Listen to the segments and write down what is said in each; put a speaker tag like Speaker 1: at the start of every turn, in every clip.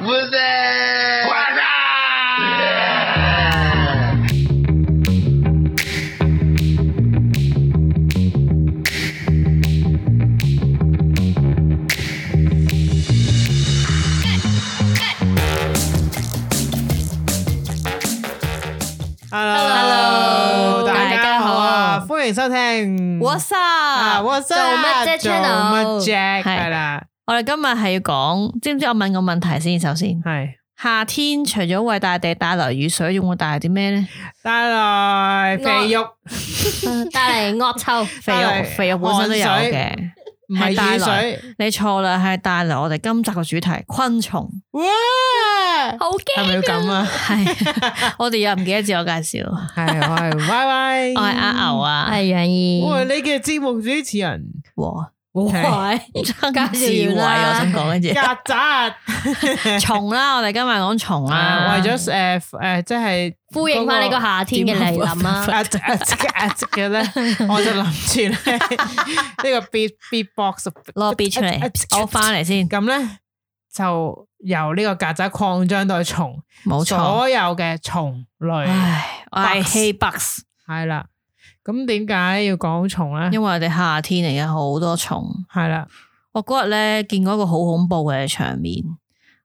Speaker 1: Vous êtes...
Speaker 2: Hello，
Speaker 3: 大家好啊
Speaker 2: 歡迎收聽
Speaker 3: What's
Speaker 2: 啊
Speaker 3: up？
Speaker 2: What's
Speaker 3: 做
Speaker 2: up？
Speaker 3: 乜啫
Speaker 2: 做
Speaker 3: channel？
Speaker 2: 乜啫？係
Speaker 3: 係
Speaker 2: 啦，
Speaker 3: 我哋今日係要講，知唔知我問個問題先？首先，
Speaker 2: 係
Speaker 3: 夏天除咗為大地帶來雨水，仲會帶來啲咩咧？
Speaker 2: 帶來肥肉，
Speaker 4: 帶嚟惡臭，
Speaker 3: 肥
Speaker 2: 帶來
Speaker 3: 肉，肥肉本身都有
Speaker 2: 汗水
Speaker 3: 嘅。
Speaker 2: 唔係
Speaker 3: 係帶
Speaker 2: 雨
Speaker 3: 來
Speaker 2: 水。
Speaker 3: 你錯啦，係帶來我哋今集嘅主題昆蟲。
Speaker 2: 哇！
Speaker 4: 好
Speaker 2: 係咪要
Speaker 4: 驚！
Speaker 2: 咁啊？
Speaker 3: 係，我哋又唔記得自我介紹，
Speaker 2: 係，我係 Y Y，
Speaker 3: 我係阿牛啊，
Speaker 2: 嗯
Speaker 4: 係楊怡，
Speaker 2: 我係你嘅節目主持人
Speaker 3: 和
Speaker 2: 係
Speaker 4: 介紹
Speaker 3: 智慧，
Speaker 4: 完啦，
Speaker 3: 我想講嘅 嘢。
Speaker 2: 曱甴，
Speaker 3: 蟲啦，我哋今日講蟲
Speaker 2: 啊
Speaker 3: 啦，
Speaker 2: 為咗誒誒，即係
Speaker 4: 呼應翻你個夏天嘅嚟臨啊！
Speaker 2: 啊即啊即啊即嘅咧，我就諗住咧呢個 beat beatbox
Speaker 3: 攞 B 出嚟，我翻嚟先，
Speaker 2: 咁咧就由呢個曱甴擴張到去蟲，
Speaker 3: 冇錯。
Speaker 2: 所有嘅蟲類
Speaker 3: 唉，我係 Hey Bugs，
Speaker 2: 係啦。咁點解要講蟲咧？
Speaker 3: 因為我哋夏天嚟嘅好多蟲。
Speaker 2: 係啦，
Speaker 3: 我嗰日咧見過一個好恐怖嘅場面。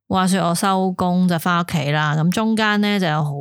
Speaker 3: 話說我收工就翻屋企啦，咁中間咧就有好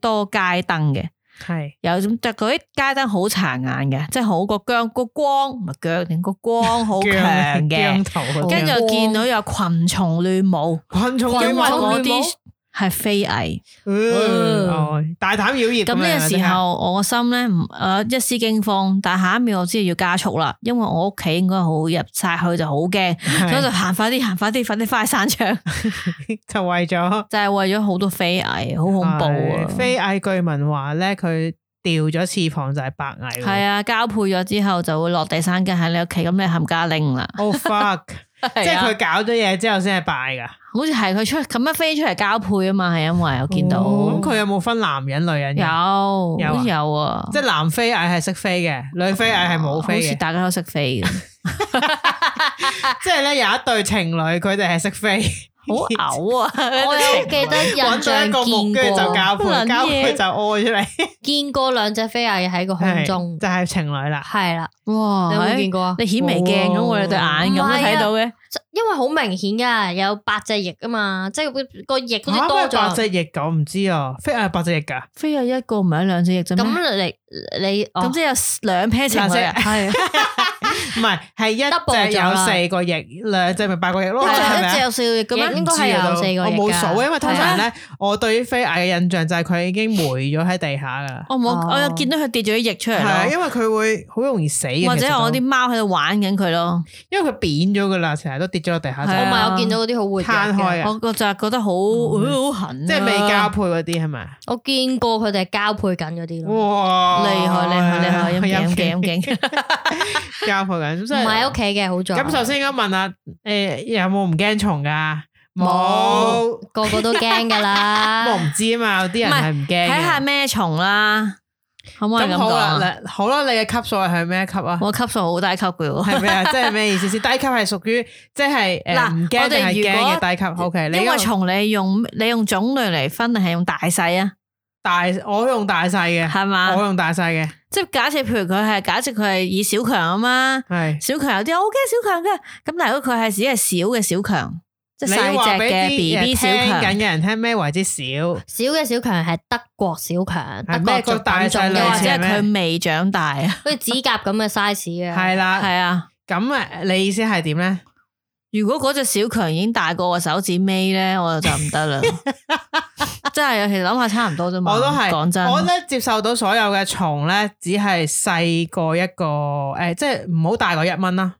Speaker 3: 多街燈嘅，
Speaker 2: 係
Speaker 3: 有種就嗰啲街燈好殘眼嘅，即係好個姜個光唔係姜定個光好強
Speaker 2: 姜
Speaker 3: 嘅，
Speaker 2: 頭嗰啲，
Speaker 3: 跟住就見到有群蟲亂舞，
Speaker 2: 昆蟲
Speaker 3: 因為
Speaker 2: 點解
Speaker 3: 嗰
Speaker 2: 會
Speaker 3: 啲
Speaker 2: 冇
Speaker 3: 係飛蟻。
Speaker 2: 嗯哦大膽妖孽
Speaker 3: 咁呢
Speaker 2: 樣
Speaker 3: 個時候，我個心咧唔誒一絲驚慌，但係下一秒我知道要加速啦，因為我屋企應該好入晒去就好驚，
Speaker 2: 係
Speaker 3: 所以我就行快啲，行快啲，快啲快散場，
Speaker 2: 真係 就為咗
Speaker 3: 就係為咗好多飛蟻，好恐怖
Speaker 2: 係
Speaker 3: 啊！
Speaker 2: 飛蟻據聞話咧，佢掉咗翅膀就係白蟻喎，
Speaker 3: 係啊，交配咗之後就會落地生根喺你屋企，咁你冚家拎啦，
Speaker 2: ，oh fuck，即
Speaker 3: 即
Speaker 2: 係佢搞咗嘢之後先係敗㗎。
Speaker 3: 好似係佢出咁樣飛出嚟交配啊嘛，係因為我見到
Speaker 2: 哦咁佢有冇分男人、女人㗎？
Speaker 3: 有，
Speaker 2: 有啊
Speaker 3: 好似有啊，
Speaker 2: 即係男飛蟻係識飛嘅，女飛蟻係冇
Speaker 4: 哦
Speaker 2: 飛
Speaker 3: 好似
Speaker 2: 嘅。
Speaker 3: 大家都識飛嘅，
Speaker 2: 即係咧有一對情侶，佢哋係識飛，
Speaker 3: 好嘔啊！
Speaker 4: 我有記得印象
Speaker 2: 揾到一個木，跟
Speaker 4: 見
Speaker 2: 住就
Speaker 4: 過，
Speaker 2: 交配
Speaker 3: 乜，撚嘢
Speaker 2: 交配就屙出嚟，
Speaker 4: 見過兩隻飛蟻喺個空
Speaker 2: 係
Speaker 4: 中，
Speaker 2: 就係情侶啦。
Speaker 4: 係啦，
Speaker 3: 哇，
Speaker 4: 你有冇見
Speaker 3: 係
Speaker 4: 過啊？
Speaker 3: 你顯微鏡咁喎，你對眼咁
Speaker 4: 唔係
Speaker 3: 都
Speaker 4: 啊
Speaker 3: 睇到嘅，
Speaker 4: 因為好明顯噶，有八隻翼啊嘛，即係個個翼好
Speaker 2: 嚇
Speaker 4: 似多
Speaker 2: 咩八
Speaker 4: 咗。
Speaker 2: 隻翼㗎？我唔知啊，飛蟻係八隻翼㗎，
Speaker 3: 飛有一個唔係一兩隻翼啫咩？
Speaker 4: 咁你你哦
Speaker 3: 咁即係有兩 pair 情侶啊，係啊
Speaker 2: 唔係係
Speaker 4: Double
Speaker 2: 一隻
Speaker 4: 咗
Speaker 2: 有
Speaker 4: 啦
Speaker 2: 四個翼，兩隻咪八個翼咯，
Speaker 4: 一
Speaker 2: 係咪
Speaker 4: 隻一隻
Speaker 2: 啊？
Speaker 4: 有四個翼咁樣，
Speaker 2: 唔
Speaker 4: 應該係有
Speaker 2: 知
Speaker 4: 四個翼㗎
Speaker 2: 我冇數啊，因為通常
Speaker 4: 係啊
Speaker 2: 咧，我對於飛蟻嘅印象就係佢已經霉咗喺地下㗎啦，
Speaker 3: 我冇
Speaker 4: 哦
Speaker 3: 我有見到佢跌咗啲翼出
Speaker 2: 係啊，
Speaker 3: 嚟
Speaker 2: 因為佢會好容易死嘅
Speaker 3: 咯，或
Speaker 2: 其實
Speaker 3: 者
Speaker 2: 都
Speaker 3: 我啲貓喺度玩緊佢咯，
Speaker 2: 因為佢扁咗㗎啦，成日都跌咗落地下就
Speaker 3: 係
Speaker 4: 我
Speaker 3: 啊
Speaker 4: 咪有見到嗰啲好活躍
Speaker 2: 攤開
Speaker 4: 嘅
Speaker 2: 啊。
Speaker 3: 我我就係覺得好好痕啊，
Speaker 2: 即係未交配嗰啲係咪？
Speaker 4: 我見過佢哋交配緊嗰啲咯，
Speaker 2: 哇！
Speaker 3: 厲害厲害 厲害，咁勁咁勁咁勁，
Speaker 2: 交配緊，咁
Speaker 4: 唔
Speaker 2: 所以
Speaker 4: 係喺屋企嘅，好在
Speaker 2: 咁首先應該問下，誒有冇唔驚蟲㗎？冇
Speaker 4: 冇，個個都驚噶
Speaker 2: 我
Speaker 4: 啦，
Speaker 2: 唔知啊嘛，有啲人係唔驚嘅。
Speaker 3: 睇下咩蟲啦，可唔可以
Speaker 2: 咁
Speaker 3: 咁
Speaker 2: 好
Speaker 3: 講啊？
Speaker 2: 啦，嗱好啦，你嘅級數係咩級啊？
Speaker 3: 我級數好低級嘅喎
Speaker 2: 係。咩啊？即係咩意思先？低級係屬於即係誒
Speaker 3: 嗱
Speaker 2: 唔驚定係驚
Speaker 3: 我哋如果
Speaker 2: 嘅低級。O K，你
Speaker 3: 因
Speaker 2: 為
Speaker 3: 為從你用你用種類嚟分，定係用大細啊？
Speaker 2: 大，我用大細嘅，
Speaker 3: 係嘛
Speaker 2: 我用大細嘅，
Speaker 3: 即係假設譬如佢係假設佢係以小強啊嘛，
Speaker 2: 係。
Speaker 3: 小強有啲 O K 小強嘅，咁但係如果佢係只係小嘅小強，即係
Speaker 2: 你
Speaker 3: 細
Speaker 2: 話
Speaker 3: 隻
Speaker 2: 俾
Speaker 3: 嘅
Speaker 2: 啲
Speaker 3: B
Speaker 2: 誒
Speaker 3: B 小
Speaker 2: 聽緊
Speaker 3: 強，
Speaker 2: 嘅人聽咩為之少？
Speaker 4: 小嘅小強係德國小強，
Speaker 2: 係
Speaker 4: 德國
Speaker 2: 咩個
Speaker 4: 族
Speaker 2: 大
Speaker 4: 品種
Speaker 2: 細
Speaker 3: 又
Speaker 4: 嘅，
Speaker 2: 類
Speaker 3: 或
Speaker 4: 或
Speaker 3: 者
Speaker 2: 似
Speaker 4: 者
Speaker 3: 係佢未長大啊？
Speaker 4: 好似指甲咁嘅 size 嘅，
Speaker 2: 係啦，
Speaker 3: 係啊，
Speaker 2: 咁啊，你意思係點咧？
Speaker 3: 如果嗰隻小強已經大過我手指尾咧，我就 唔得啦。真係，其實諗下差唔多啫嘛。
Speaker 2: 我都係，
Speaker 3: 講真，
Speaker 2: 我咧接受到所有嘅蟲咧，只係細過一個誒、即係唔好大過一蚊啦，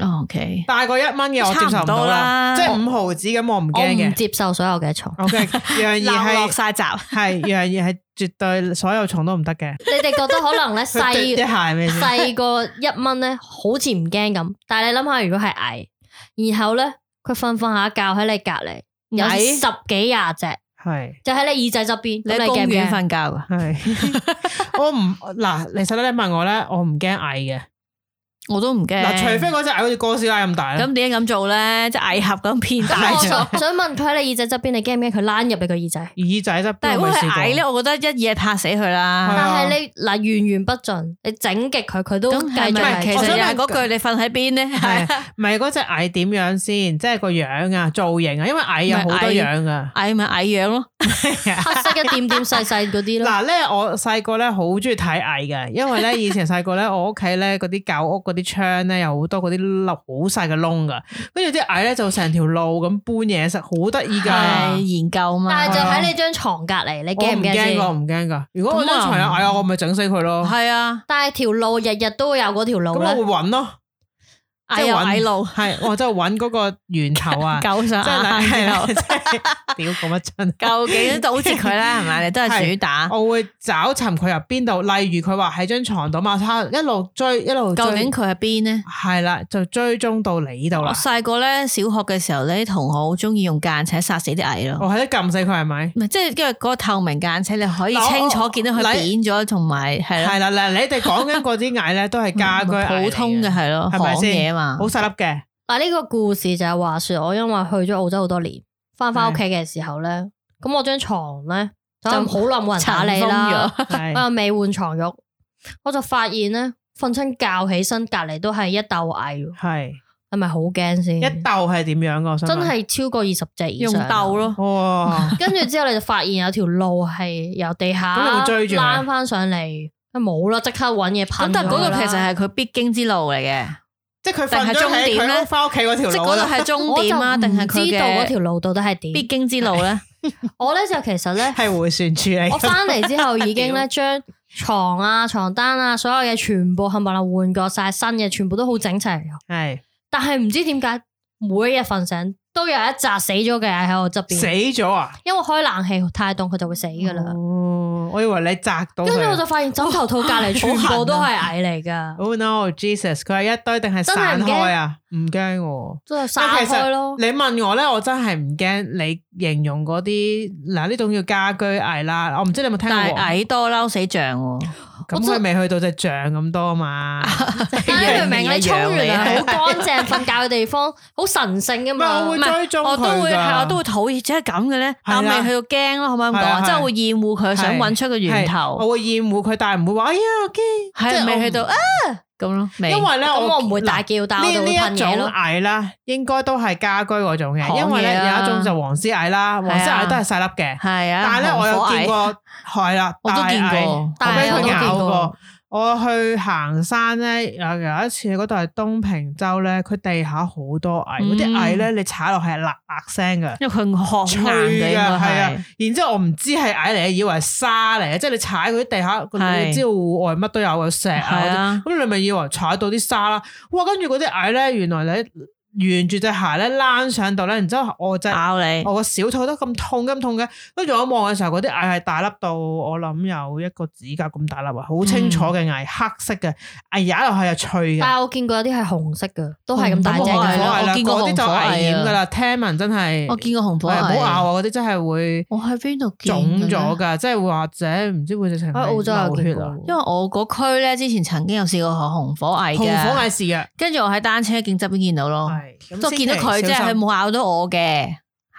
Speaker 3: O K，
Speaker 2: 大過一蚊嘅我接受唔
Speaker 3: 差唔
Speaker 2: 到
Speaker 3: 多
Speaker 2: 啦，
Speaker 3: 啦
Speaker 2: 即係五毫子咁我唔
Speaker 4: 我
Speaker 2: 驚
Speaker 4: 唔
Speaker 2: 嘅。
Speaker 4: 接受所有嘅蟲。
Speaker 2: O K，楊怡
Speaker 3: 鬧落
Speaker 2: 係
Speaker 3: 晒閘。
Speaker 2: 係楊怡係絕對所有蟲都唔得嘅，
Speaker 4: 你哋覺得可能咧
Speaker 2: 佢跌一
Speaker 4: 細
Speaker 2: 下係咩 先？
Speaker 4: 細個一蚊咧，好似唔驚咁，但係你諗下，如果係蟻，然後咧佢瞓瞓下覺喺你隔離，有
Speaker 3: 蟻
Speaker 4: 十幾廿隻，
Speaker 2: 係
Speaker 4: 就喺你耳仔側邊，
Speaker 3: 你
Speaker 4: 咁
Speaker 3: 喺
Speaker 4: 你
Speaker 3: 公
Speaker 4: 驚唔驚？
Speaker 3: 園瞓覺㗎？
Speaker 2: 係，我唔嗱，你實咧你問我咧，我唔驚蟻嘅，
Speaker 3: 我都唔驚。
Speaker 2: 嗱，除非嗰只好似哥斯拉咁大啦，
Speaker 3: 咁點解咁做咧？即系蟻俠咁變大
Speaker 4: 我
Speaker 3: 咗
Speaker 4: 想。想問佢喺你耳仔側邊，你驚唔驚佢躝入你個耳仔？
Speaker 2: 耳仔側
Speaker 3: 但
Speaker 2: 邊我
Speaker 3: 系如果
Speaker 2: 未
Speaker 3: 佢
Speaker 2: 試過
Speaker 3: 矮咧，我覺得一嘢拍死佢
Speaker 2: 係
Speaker 3: 啦。
Speaker 2: 啊
Speaker 4: 但係你嗱源源不盡，你整極佢，佢都
Speaker 3: 咁
Speaker 4: 繼
Speaker 3: 係
Speaker 4: 續
Speaker 3: 咪
Speaker 4: 係
Speaker 3: 其
Speaker 2: 我
Speaker 3: 實
Speaker 2: 想
Speaker 3: 又
Speaker 2: 問
Speaker 3: 係嗰句你瞓喺邊咧？
Speaker 2: 係啊
Speaker 3: 係
Speaker 2: 唔係嗰只矮點樣先？即係個樣啊、造型啊，因為矮有好多
Speaker 3: 唔係矮
Speaker 2: 樣啊噶。
Speaker 3: 矮咪矮樣咯。
Speaker 4: 黑色一點點細細嗰啲咯。
Speaker 2: 嗱咧，我細個咧好中意睇蟻嘅，因為咧以前細個咧，我屋企咧嗰啲舊屋嗰啲窗咧有好多嗰啲窿好細嘅窿噶，跟住啲蟻咧就成條路咁搬嘢食，好得意
Speaker 3: 係
Speaker 2: 噶。
Speaker 3: 研究嘛。
Speaker 4: 但係就喺你張床隔離，你
Speaker 2: 我
Speaker 4: 驚
Speaker 2: 唔
Speaker 4: 唔驚
Speaker 2: 驚噶，我
Speaker 4: 先？
Speaker 2: 唔驚噶。如果我張床有
Speaker 3: 咁啊
Speaker 2: 蟻，我咪整死佢咯。
Speaker 3: 係啊，
Speaker 4: 但係條路日日都會有嗰條
Speaker 2: 咁
Speaker 4: 路
Speaker 2: 我會
Speaker 4: 咧，
Speaker 2: 揾咯，
Speaker 3: 矮有
Speaker 2: 搵
Speaker 3: 矮 路，，
Speaker 2: 係我真係揾嗰個源頭啊
Speaker 3: 狗上
Speaker 2: 即係嗱係
Speaker 3: 眼
Speaker 2: 啦，
Speaker 3: 後
Speaker 2: 即係屌講乜真。
Speaker 3: 究竟就好似佢啦，係咪？你都係主打。
Speaker 2: 我會找尋佢入邊度，例如佢話喺張床度嘛，他一路追一路追，
Speaker 3: 究竟佢係邊咧？
Speaker 2: 係啦，就追蹤到你度啦
Speaker 3: 我。細個咧，小學嘅時候咧，啲同學好中意用間尺殺死啲蟻
Speaker 2: 我
Speaker 3: 咯。
Speaker 2: 喺度撳死佢係咪？
Speaker 3: 唔係，即係因為嗰個透明間尺，你可以
Speaker 2: 嗱我
Speaker 3: 清楚見到佢
Speaker 2: 嗱
Speaker 3: 扁咗，同埋係啦
Speaker 2: 係啦，嗱，你哋講緊嗰啲蟻咧，都係家居 蟻嚟
Speaker 3: 普通嘅，係咯，
Speaker 2: 係咪
Speaker 3: 行嘢
Speaker 2: 先？
Speaker 3: 嘛
Speaker 2: 好。細粒嘅，
Speaker 4: 嗱，呢個故事就係話說，我因為去咗澳洲好多年，翻翻屋企嘅時候咧，咁我張床咧就好
Speaker 3: 就
Speaker 4: 耐冇人打理啦，
Speaker 3: 塵封咗
Speaker 4: 我
Speaker 2: 係
Speaker 4: 又未換床褥，我就發現咧瞓親覺起身，隔離都係一竇蟻喎，
Speaker 2: 係
Speaker 4: 係咪好驚先？
Speaker 2: 一竇係點樣噶？
Speaker 4: 真係超過二十隻以上啊
Speaker 3: 用鬥。咯，
Speaker 2: 哇！
Speaker 4: 跟住之後你就發現有條路係由地
Speaker 2: 咁你
Speaker 4: 下
Speaker 2: 會追住佢
Speaker 4: 躝翻上嚟，冇啦，即刻揾嘢噴咗佢啦。
Speaker 3: 咁但係嗰個其實係佢必經之路嚟嘅，
Speaker 2: 即係佢瞓
Speaker 3: 定係
Speaker 2: 咗
Speaker 3: 終
Speaker 2: 喺
Speaker 3: 點
Speaker 2: 佢
Speaker 3: 咧
Speaker 2: 屋翻屋企嗰條
Speaker 3: 即係
Speaker 2: 路啊
Speaker 3: 嗰度
Speaker 2: 啦，
Speaker 3: 係終點啊，
Speaker 4: 我就唔
Speaker 3: 定係佢
Speaker 4: 知道嗰條
Speaker 3: 嘅
Speaker 4: 路到底係點？
Speaker 3: 必啊經之路咧？
Speaker 4: 我咧就其實 咧。
Speaker 2: 係迴旋處嚟
Speaker 4: 我
Speaker 2: 㗎。
Speaker 4: 翻嚟之後已經咧將床啊、床單啊、所有嘢全部冚唪唥換過晒新嘅，全部都好整齊。
Speaker 2: 係
Speaker 4: 但係唔知點解每一日瞓醒都有一紮死咗嘅蟻喺我側
Speaker 2: 死
Speaker 4: 邊，
Speaker 2: 咗啊！
Speaker 4: 因為開冷氣太凍佢就會死噶啦。
Speaker 2: 哦，我以為你摘到
Speaker 4: 跟
Speaker 2: 佢啊。
Speaker 4: 住我就發現枕頭套隔
Speaker 3: 啊
Speaker 4: 離全部都係蟻嚟 噶，
Speaker 2: Oh no, Jesus！佢係一堆定係
Speaker 4: 真係
Speaker 2: 散
Speaker 4: 唔驚
Speaker 2: 開啊？唔驚喎。
Speaker 4: 即係散開咯。
Speaker 2: 你問我咧，我真係唔驚。你形容嗰啲嗱呢種叫家居蟻啦，我唔知你有冇聽過
Speaker 3: 但係
Speaker 2: 喎。
Speaker 3: 矮多嬲死象喎，
Speaker 2: 咁
Speaker 4: 我真
Speaker 2: 佢未去到只象咁多 嘛？
Speaker 4: 但係你明唔明？你沖完
Speaker 3: 一樣嚟
Speaker 4: 涼
Speaker 3: 啊
Speaker 4: 好乾淨，瞓覺嘅地方好神聖噶
Speaker 2: 唔係我
Speaker 4: 嘛
Speaker 2: 會。
Speaker 3: 係
Speaker 2: 追蹤
Speaker 3: 我都
Speaker 2: 佢
Speaker 3: 會係
Speaker 2: 㗎
Speaker 3: 我都會討厭，即係咁嘅咧，
Speaker 2: 係啦
Speaker 3: 但未去到驚咯，可唔可以咁講
Speaker 2: 係啊
Speaker 3: 啊？
Speaker 2: 係
Speaker 3: 即係會厭惡佢，想
Speaker 2: 係
Speaker 3: 揾出個源
Speaker 2: 係
Speaker 3: 頭，
Speaker 2: 我會厭惡佢，但係唔會話哎呀我驚。即
Speaker 3: 係
Speaker 2: 係
Speaker 3: 未
Speaker 2: 我
Speaker 3: 去到
Speaker 2: 唔
Speaker 3: 啊咁咯，未
Speaker 2: 因為咧
Speaker 4: 咁我唔會
Speaker 2: 嗱
Speaker 4: 大叫，但我
Speaker 2: 呢
Speaker 4: 就會
Speaker 2: 呢
Speaker 4: 噴
Speaker 2: 一種
Speaker 4: 嘢咯。
Speaker 2: 蟻啦，應該都係家居嗰種嘅，
Speaker 3: 行
Speaker 2: 因為咧
Speaker 3: 嘢啊
Speaker 2: 有一種就黃絲蟻啦，黃絲蟻都係細粒嘅，
Speaker 3: 係啊，
Speaker 2: 但係咧我有見
Speaker 3: 見過，
Speaker 2: 過係啦，
Speaker 3: 我都
Speaker 2: 大
Speaker 3: 見
Speaker 2: 蟻
Speaker 3: 過，
Speaker 4: 大
Speaker 2: 我俾
Speaker 4: 蟻我都
Speaker 2: 佢
Speaker 4: 見
Speaker 2: 咬
Speaker 4: 過
Speaker 2: 過。我去行山咧，有有一次嗰度係東平洲咧，佢地下好多蟻，嗰啲
Speaker 3: 嗯
Speaker 2: 蟻咧你踩落去係辣辣聲嘅，
Speaker 3: 因為佢殼
Speaker 2: 脆
Speaker 3: 硬嘅
Speaker 2: 嘅
Speaker 3: 應
Speaker 2: 係
Speaker 3: 該
Speaker 2: 啊
Speaker 3: 係。。
Speaker 2: 然之後我唔知係蟻嚟，以為係沙嚟嘅，即係你踩嗰啲地下，
Speaker 3: 係
Speaker 2: 你知道戶外乜都有嘅石
Speaker 3: 係
Speaker 2: 啊
Speaker 3: 啊
Speaker 2: 嗰啲，咁你咪以為踩到啲沙啦。哇！跟住嗰啲蟻咧，原來你沿住隻鞋咧躝上度咧，然之後我隻
Speaker 3: 咬你，
Speaker 2: 我個小腿都咁痛咁痛嘅，跟住我望嘅時候，嗰啲蟻係大粒到我諗有一個指甲咁大粒啊，好清楚
Speaker 3: 嗯
Speaker 2: 嘅蟻，黑色嘅，哎蟻踩落去係脆嘅，
Speaker 3: 啊
Speaker 4: 但係我見過有啲係紅色嘅，都係咁大隻
Speaker 2: 冇
Speaker 3: 嗯
Speaker 2: 可
Speaker 4: 嘅
Speaker 2: 能
Speaker 3: 係。啦
Speaker 2: 啦
Speaker 3: 我見過
Speaker 2: 嗰啲就
Speaker 3: 紅火蟻啊
Speaker 2: 危險噶啦，聽聞真係，
Speaker 3: 我見過紅
Speaker 2: 係
Speaker 3: 火
Speaker 2: 唔好
Speaker 3: 蟻。
Speaker 2: 咬啊，嗰啲真係會
Speaker 3: 我喺邊度見嘅
Speaker 2: 腫
Speaker 3: 咧
Speaker 2: 咗噶，即係會或者唔知會直情
Speaker 4: 喺澳洲有
Speaker 2: 流血
Speaker 4: 見
Speaker 2: 啊，
Speaker 3: 因
Speaker 4: 過，
Speaker 3: 為我嗰區咧之前曾經有試過紅火蟻
Speaker 2: 紅
Speaker 3: 嘅，
Speaker 2: 火蟻事嘅，
Speaker 3: 跟住我喺單車徑側邊見到咯，
Speaker 2: 係咁
Speaker 3: 都
Speaker 2: 千
Speaker 3: 見到
Speaker 2: 祈
Speaker 3: 佢，即係
Speaker 2: 小
Speaker 3: 佢
Speaker 2: 心
Speaker 3: 冇咬到我嘅，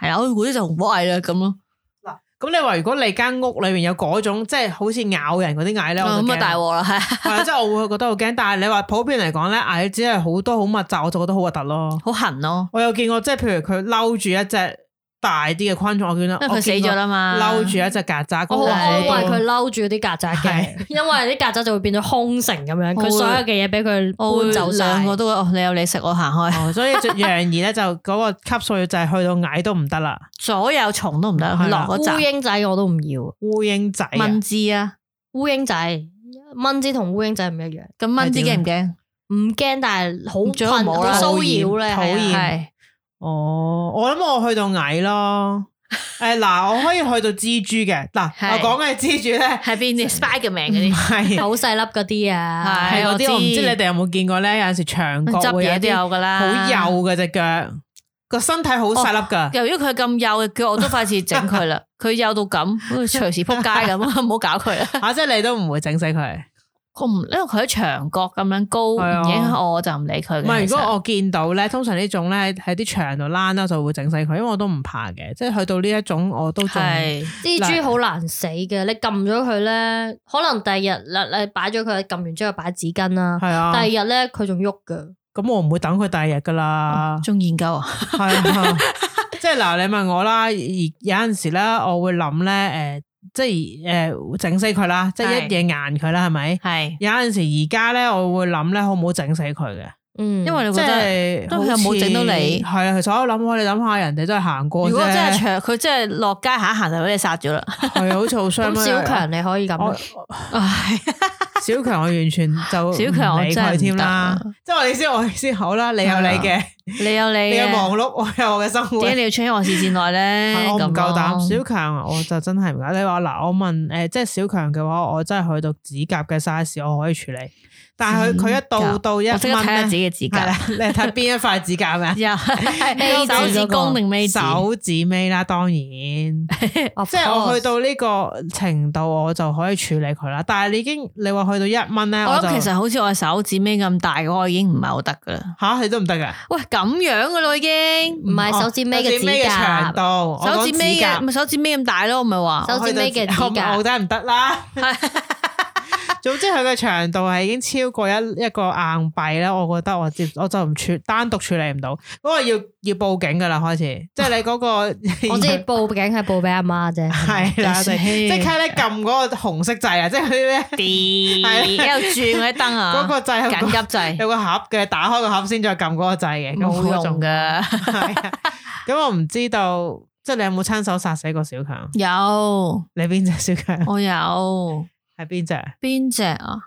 Speaker 3: 係啦，我嗰啲就紅火蟻啦咁咯，
Speaker 2: 嗱。咁你話如果你間屋裏面有嗰種即係好似咬人嗰啲蟻咧，我就
Speaker 3: 咁
Speaker 2: 驚啦
Speaker 3: 啊大鑊啦，係
Speaker 2: 係啊，即係我會覺得好驚。但係你話普遍嚟講咧，蟻只係好多好密集，我就覺得好核突咯。
Speaker 3: 好痕咯，
Speaker 2: 我有見過，即係譬如佢嬲住一隻大啲嘅昆蟲，我見到
Speaker 3: 因為佢死咗，啦
Speaker 2: 我
Speaker 3: 嘛，
Speaker 2: 見過嬲住一隻曱甴，
Speaker 4: 我
Speaker 2: 嗰
Speaker 4: 好
Speaker 2: 個
Speaker 4: 安慰
Speaker 3: 係
Speaker 4: 佢嬲住啲曱甴嘅
Speaker 2: 係，
Speaker 4: 因為啲曱甴就會變咗空城咁樣，佢
Speaker 3: 我會
Speaker 4: 所有嘅嘢俾佢
Speaker 3: 我會
Speaker 4: 搬走晒。
Speaker 3: 兩個都會哦，你有你食我行開，
Speaker 2: 哦所以就楊怡咧就嗰個級數就係去到蟻都唔得啦，
Speaker 3: 所有蟲都唔得，
Speaker 2: 係
Speaker 3: 落
Speaker 2: 啦
Speaker 3: 嗰
Speaker 4: 烏
Speaker 3: 集
Speaker 4: 蠅仔我都唔要，
Speaker 2: 烏蠅仔啊
Speaker 3: 蚊子啊，
Speaker 4: 烏蠅仔蚊子同烏蠅仔唔一樣，
Speaker 3: 咁蚊子
Speaker 2: 係點
Speaker 3: 驚
Speaker 2: 啊
Speaker 3: 唔驚？
Speaker 4: 唔驚但係好
Speaker 3: 最好
Speaker 4: 困
Speaker 3: 冇啦
Speaker 4: 好騷擾咧，係
Speaker 2: 討厭討厭
Speaker 4: 啊
Speaker 3: 係
Speaker 2: 哦，我諗我去到蟻咯。誒嗱，我可以去到蜘蛛嘅嗱，
Speaker 3: 係
Speaker 2: 我講嘅蜘蛛咧
Speaker 3: 係 邊啲 Spiderman 嗰
Speaker 2: 唔
Speaker 3: 啲？
Speaker 2: 係
Speaker 4: 好細粒嗰啲啊，
Speaker 2: 係
Speaker 3: 係
Speaker 2: 嗰
Speaker 3: 我知
Speaker 2: 啲，我唔知你哋有冇見過咧？有陣時長角
Speaker 3: 執
Speaker 2: 會有
Speaker 3: 嘢都
Speaker 2: 啲
Speaker 3: 有噶啦，
Speaker 2: 好幼嘅隻腳，個身體好細粒噶。
Speaker 3: 由於佢咁哦幼嘅腳，我都費事整佢 啦。佢幼到咁，好似隨時撲街咁，唔好搞佢啦。
Speaker 2: 啊，即係你都唔會整死佢，
Speaker 3: 佢唔因為佢喺牆角咁樣高，唔
Speaker 2: 係啊
Speaker 3: 影響我，我就唔理佢嘅。
Speaker 2: 唔係，如
Speaker 3: 其實
Speaker 2: 果我見到咧，通常呢種咧喺啲牆度躝啦，就會整死佢，因為我都唔怕嘅，即係去到呢一種我都仲
Speaker 3: 係
Speaker 4: 蜘蛛好難死嘅，你撳咗佢咧，可能第二日嗱你擺咗佢，撳完之後擺紙巾啦，
Speaker 2: 係啊，
Speaker 4: 第二日咧佢仲喐噶，
Speaker 2: 咁我唔會等佢第二日噶啦，
Speaker 3: 仲研究啊，
Speaker 2: 係 啊，即係嗱，你問我啦，而有陣時咧，我會諗咧，誒、即係誒整死佢啦，即係
Speaker 3: 係
Speaker 2: 一嘢硬佢啦，係咪？
Speaker 3: 係
Speaker 2: 有陣時而家咧，我會諗咧，好唔好整死佢嘅？
Speaker 4: 嗯，
Speaker 3: 因為你
Speaker 2: 即
Speaker 3: 覺得
Speaker 2: 係
Speaker 3: 都有冇整到你
Speaker 2: 係啊，其實我諗開，你諗下人哋真係行過啫，
Speaker 3: 如果真係長，佢真係落街行一行就俾你殺咗啦。
Speaker 2: 係好似好傷
Speaker 4: 咁
Speaker 2: 咩
Speaker 4: 小強你可以
Speaker 2: 我
Speaker 4: 咁，啊
Speaker 3: 唉
Speaker 2: 小強我完全就
Speaker 3: 小強我
Speaker 2: 唔理
Speaker 3: 真係
Speaker 2: 佢
Speaker 3: 唔
Speaker 2: 添
Speaker 3: 得
Speaker 2: 啦
Speaker 3: 啊，
Speaker 2: 即係我哋先我哋先好啦，你有你嘅，
Speaker 3: 你有你
Speaker 2: 你有
Speaker 3: 嘅
Speaker 2: 忙碌，我有我嘅生活。
Speaker 3: 點解你要出喺我視線內咧？
Speaker 2: 係我唔
Speaker 3: 咁
Speaker 2: 夠膽，
Speaker 3: 咯
Speaker 2: 小強我就真係唔夠。你話嗱，我問誒，即係小強嘅話，我真係去到指甲嘅 size，我可以處理。但係佢佢一
Speaker 3: 指甲
Speaker 2: 到到一
Speaker 3: 我
Speaker 2: 蚊
Speaker 3: 即刻睇下自
Speaker 2: 咧，
Speaker 3: 己嘅指
Speaker 2: 係
Speaker 3: 甲？
Speaker 2: 啦，，你係睇邊一塊指甲啊咩
Speaker 3: 又
Speaker 4: 尾
Speaker 3: 手
Speaker 4: 指
Speaker 3: 指
Speaker 4: 嗰個
Speaker 3: 公定尾指？
Speaker 2: 手指尾啦，當然，即
Speaker 4: 哦即
Speaker 2: 係我去到呢個程度，我就可以處理佢啦。但係你已經你話去到一蚊咧，
Speaker 3: 我
Speaker 2: 我就
Speaker 3: 諗其實好似我嘅手指尾咁大嘅話，我已經唔係好得噶啦。
Speaker 2: 吓你都唔得嘅。
Speaker 3: 喂，咁樣噶咯已經，
Speaker 4: 唔係
Speaker 2: 哦
Speaker 4: 手指尾嘅指甲
Speaker 2: 長，度，
Speaker 3: 手指尾嘅
Speaker 2: 嘅
Speaker 3: 咪手指尾咁大咯，我咪話
Speaker 4: 手指尾嘅指甲
Speaker 2: 我梗係唔得 啦。總之佢嘅長度係已經超過一一個硬幣啦，我覺得我接我就唔處單獨處理唔到，嗰個要要報警噶 啦，開始即係你嗰個
Speaker 4: 我知報警係報俾阿媽啫，
Speaker 2: 係啦，我哋即刻咧撳嗰個紅色掣啊，即係嗰啲咧
Speaker 3: 啲，
Speaker 2: 係啊
Speaker 3: 一路轉嗰啲燈
Speaker 2: 嗰
Speaker 3: 啊，
Speaker 2: 個掣
Speaker 3: 緊急
Speaker 2: 有個
Speaker 3: 掣
Speaker 2: 有個盒嘅，打開個盒先再撳嗰個掣嘅，咁
Speaker 3: 冇
Speaker 2: 嗰種
Speaker 3: 嗯用。噶。
Speaker 2: 係啊咁我唔知道，即係你有冇親手殺死過小強？
Speaker 3: 有，
Speaker 2: 你邊只小強？
Speaker 3: 我有
Speaker 2: 係邊只？
Speaker 3: 邊只啊？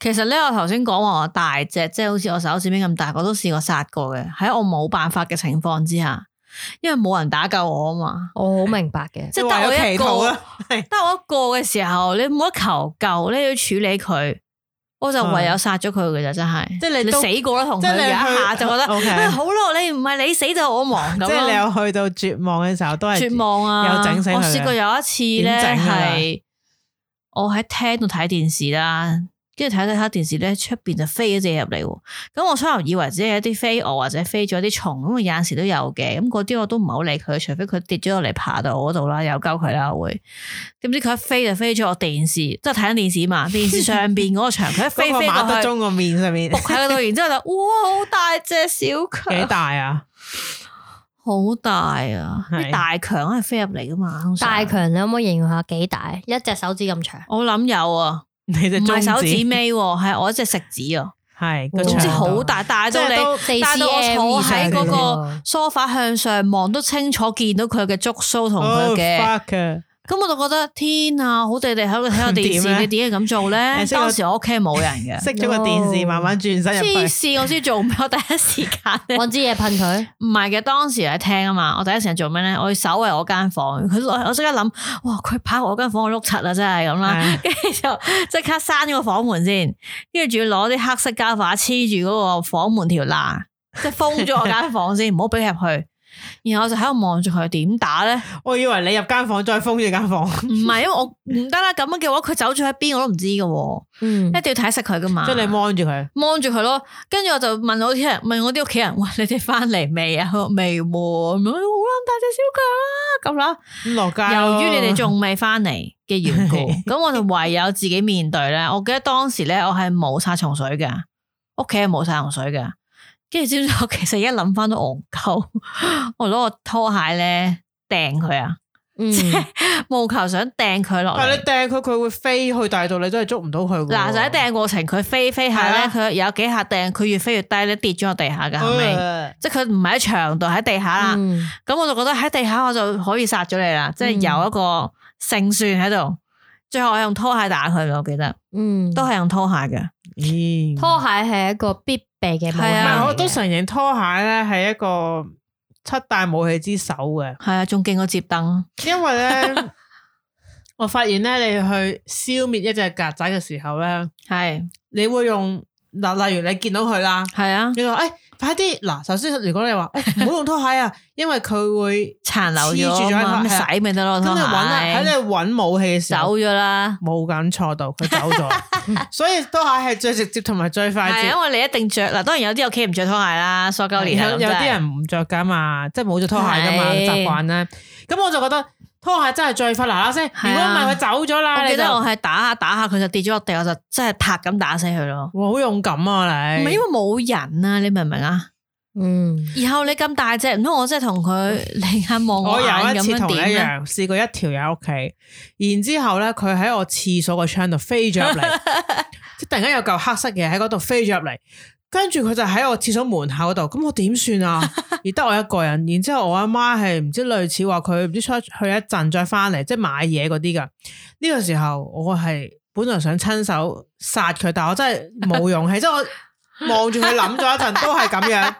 Speaker 3: 其實咧，我頭先講話我大隻，即係好似我手指尾咁大，我都試過殺過嘅。喺我冇辦法嘅情況之下，因為冇人打救我啊嘛。
Speaker 4: 我好明白 嘅，
Speaker 3: 即係得我
Speaker 2: 你話有
Speaker 3: 一個
Speaker 2: 祈禱啊啦，係
Speaker 3: 得我一個嘅時候，你冇得求救，你要處理佢，我就唯有殺咗佢嘅就真係。
Speaker 2: 啊即係你都
Speaker 3: 死過啦，同佢
Speaker 2: 即係你
Speaker 3: 有一下
Speaker 2: 去
Speaker 3: 就覺得，
Speaker 2: OK
Speaker 3: 哎好咯，你唔係你死就我亡咁
Speaker 2: 即係你
Speaker 3: 咯。
Speaker 2: 有去到絕望嘅時候，都係
Speaker 3: 絕望啊！
Speaker 2: 又整死佢嘅
Speaker 3: 我試過有一次
Speaker 2: 點整啊
Speaker 3: 咧，
Speaker 2: 㗎
Speaker 3: 係我喺廳度睇電視啦，跟住睇睇下電視咧，出邊就飛咗只入嚟喎。咁我初頭以為只係一啲飛蛾或者飛咗啲蟲，咁有陣時都有嘅。咁嗰啲我都唔係好理佢，除非佢跌咗落嚟爬到我嗰度啦，有鳩佢啦我會。點知佢一飛就飛咗我電視，即係睇緊電視嘛，電視上邊嗰 個牆，佢一飛
Speaker 2: 嗰個
Speaker 3: 飛
Speaker 2: 馬德
Speaker 3: 過去，
Speaker 2: 鐘個面上面
Speaker 3: 仆喺嗰度，然之後就哇好大隻小
Speaker 2: 幾
Speaker 3: 強，
Speaker 2: 大啊？
Speaker 3: 好大啊！
Speaker 2: 係
Speaker 3: 啲大強係飛入嚟噶嘛，通常
Speaker 4: 大強你可唔可以形容下幾大？一隻手指咁長，
Speaker 3: 我諗有啊，
Speaker 2: 你隻
Speaker 3: 唔係
Speaker 2: 中
Speaker 3: 手指尾喎，係我隻食 指啊，
Speaker 2: 係個
Speaker 4: 哇
Speaker 2: 長
Speaker 3: 總
Speaker 2: 啊
Speaker 3: 之
Speaker 2: 度
Speaker 3: 好大，大到
Speaker 2: 即係都
Speaker 3: 你
Speaker 4: 四 cm
Speaker 3: 大到我
Speaker 4: 以
Speaker 3: 坐喺嗰
Speaker 4: 上嘅
Speaker 3: 個
Speaker 4: 啫
Speaker 3: 梳化向上望都清楚見到佢嘅觸鬚同佢
Speaker 2: Oh,
Speaker 3: 嘅，
Speaker 2: fuck 啊
Speaker 3: 咁我就覺得天啊，好地地 喺度睇下電
Speaker 2: 點咧
Speaker 3: 視，你點解咁 做咧？
Speaker 2: 誒即係我
Speaker 3: 當時我屋企係冇人 嘅，
Speaker 2: 熄咗個電視，
Speaker 4: No
Speaker 2: 慢慢轉身入
Speaker 3: 黐
Speaker 2: 去。
Speaker 3: 線，我先做咩？我第一時間咧。
Speaker 4: 搵支嘢噴佢，
Speaker 3: 唔係嘅，當時喺廳啊嘛，我第一時間做咩咧？我要守衞我間房，佢我即刻諗，哇！佢跑我間房，我碌柒啦，真係咁
Speaker 2: 係
Speaker 3: 啦。
Speaker 2: 啊
Speaker 3: 跟住就即刻閂咗個房門先，跟住仲要攞啲黑色膠法黐住嗰個房門條 罅，即係封咗我間房先，唔好俾佢入去。然後我就喺度望住佢點 打咧，
Speaker 2: 我以為你入間房再封住間房，
Speaker 3: 唔係因為我唔得啦，咁樣嘅話佢走咗喺邊我都唔知嘅喎，
Speaker 4: 嗯
Speaker 3: 一定要睇實佢噶嘛。
Speaker 2: 即係你望住佢。
Speaker 3: 望住佢咯，跟住我就問我啲人，問我啲屋企人，喂，你哋翻嚟未啊？佢話未喎，咁樣
Speaker 2: 咁落街
Speaker 3: 好撚大隻小強啊！咁
Speaker 2: 咯。
Speaker 3: 啦，由於你哋仲未翻嚟嘅 緣故，咁我就唯有自己面對咧。我記得當時咧，我係冇殺蟲水嘅，屋企係冇殺蟲水嘅。跟住知唔知我其實而家諗翻都戇鳩， 我攞個拖鞋咧掟佢啊，
Speaker 4: 嗯，
Speaker 3: 務求想掟佢落
Speaker 2: 但係
Speaker 3: 嚟
Speaker 2: 你。掟佢，佢會飛去第二度，你真係捉唔到佢喎。
Speaker 3: 嗱，就喺掟過程，佢飛飛下咧，
Speaker 2: 係啊
Speaker 3: 佢有幾下掟，佢越飛越低咧，跌咗落地下嘅後尾。
Speaker 2: 呃
Speaker 3: 即係佢唔係喺牆度，喺地下啦。
Speaker 4: 嗯
Speaker 3: 咁、我就覺得喺地下我就可以殺咗你啦，即係
Speaker 4: 嗯
Speaker 3: 有一個勝算喺度。最後我用拖鞋打佢嘅，我記得
Speaker 4: 嗯，
Speaker 3: 都係用拖鞋嘅。
Speaker 2: 咦
Speaker 4: 拖鞋係一個必備嘅武器
Speaker 3: 係
Speaker 2: 唔
Speaker 3: 啊
Speaker 2: 係，
Speaker 4: 嚟
Speaker 2: 我都
Speaker 4: 嘅
Speaker 2: 承認拖鞋咧係一個七大武器之首嘅，
Speaker 3: 係啊，仲勁過接燈。
Speaker 2: 因為 咧，我發現咧，你去消滅一隻曱甴嘅時候咧，
Speaker 3: 係
Speaker 2: 你會用嗱，例如你見到佢啦，
Speaker 3: 係啊，
Speaker 2: 你話誒哎快啲嗱，首先如果你話哎誒唔好用拖鞋啊，因為佢 會
Speaker 3: 殘留
Speaker 2: 黐
Speaker 3: 咗
Speaker 2: 住咗喺
Speaker 3: 啊嘛，
Speaker 2: 個係啊
Speaker 3: 咁洗咪得咯，
Speaker 2: 咁
Speaker 3: 拖
Speaker 2: 你揾啊，喺
Speaker 3: 鞋
Speaker 2: 你揾武器嘅時候
Speaker 3: 走咗啦。
Speaker 2: 冇緊錯到，佢走 咗，所以拖鞋係最直接同埋最快
Speaker 3: 係啊
Speaker 2: 捷
Speaker 3: 因。為你一定着嗱，當然有啲屋企唔着拖鞋啦，塑膠年
Speaker 2: 有有啲人唔着噶嘛，即係冇着拖鞋噶嘛
Speaker 3: 係
Speaker 2: 習慣咧。咁我就覺得拖鞋真係最快嗱嗱聲，
Speaker 3: 係啊
Speaker 2: 如果唔係佢走咗啦，
Speaker 3: 我
Speaker 2: 你
Speaker 3: 記
Speaker 2: 就
Speaker 3: 得我係打下打下佢就跌咗落地，我就真係拍咁打死佢咯。
Speaker 2: 哇好勇敢啊
Speaker 3: 唔
Speaker 2: 你，
Speaker 3: 係因為冇人啊，你明唔明啊？
Speaker 4: 嗯，
Speaker 3: 然後你咁大隻，唔通我真係同佢你眼望
Speaker 2: 我有
Speaker 3: 眼
Speaker 2: 一
Speaker 3: 咁
Speaker 2: 次
Speaker 3: 樣
Speaker 2: 同你
Speaker 3: 點啊
Speaker 2: 一
Speaker 3: 咧？
Speaker 2: 樣試過一條友喺屋企，然之後咧佢喺我廁所個窗度飛咗入 嚟，即係突然間有嚿黑色嘢喺嗰度飛咗入嚟，跟住佢就喺我廁所門口度，咁我點算啊？ 而得我一個人，然之後我阿媽係唔知類似話佢唔知出去一陣再翻嚟，即係買嘢嗰啲噶。呢、個時候我係本來想親手殺佢，但我真係冇勇氣，即係我。望住佢諗咗一陣，都係咁 樣。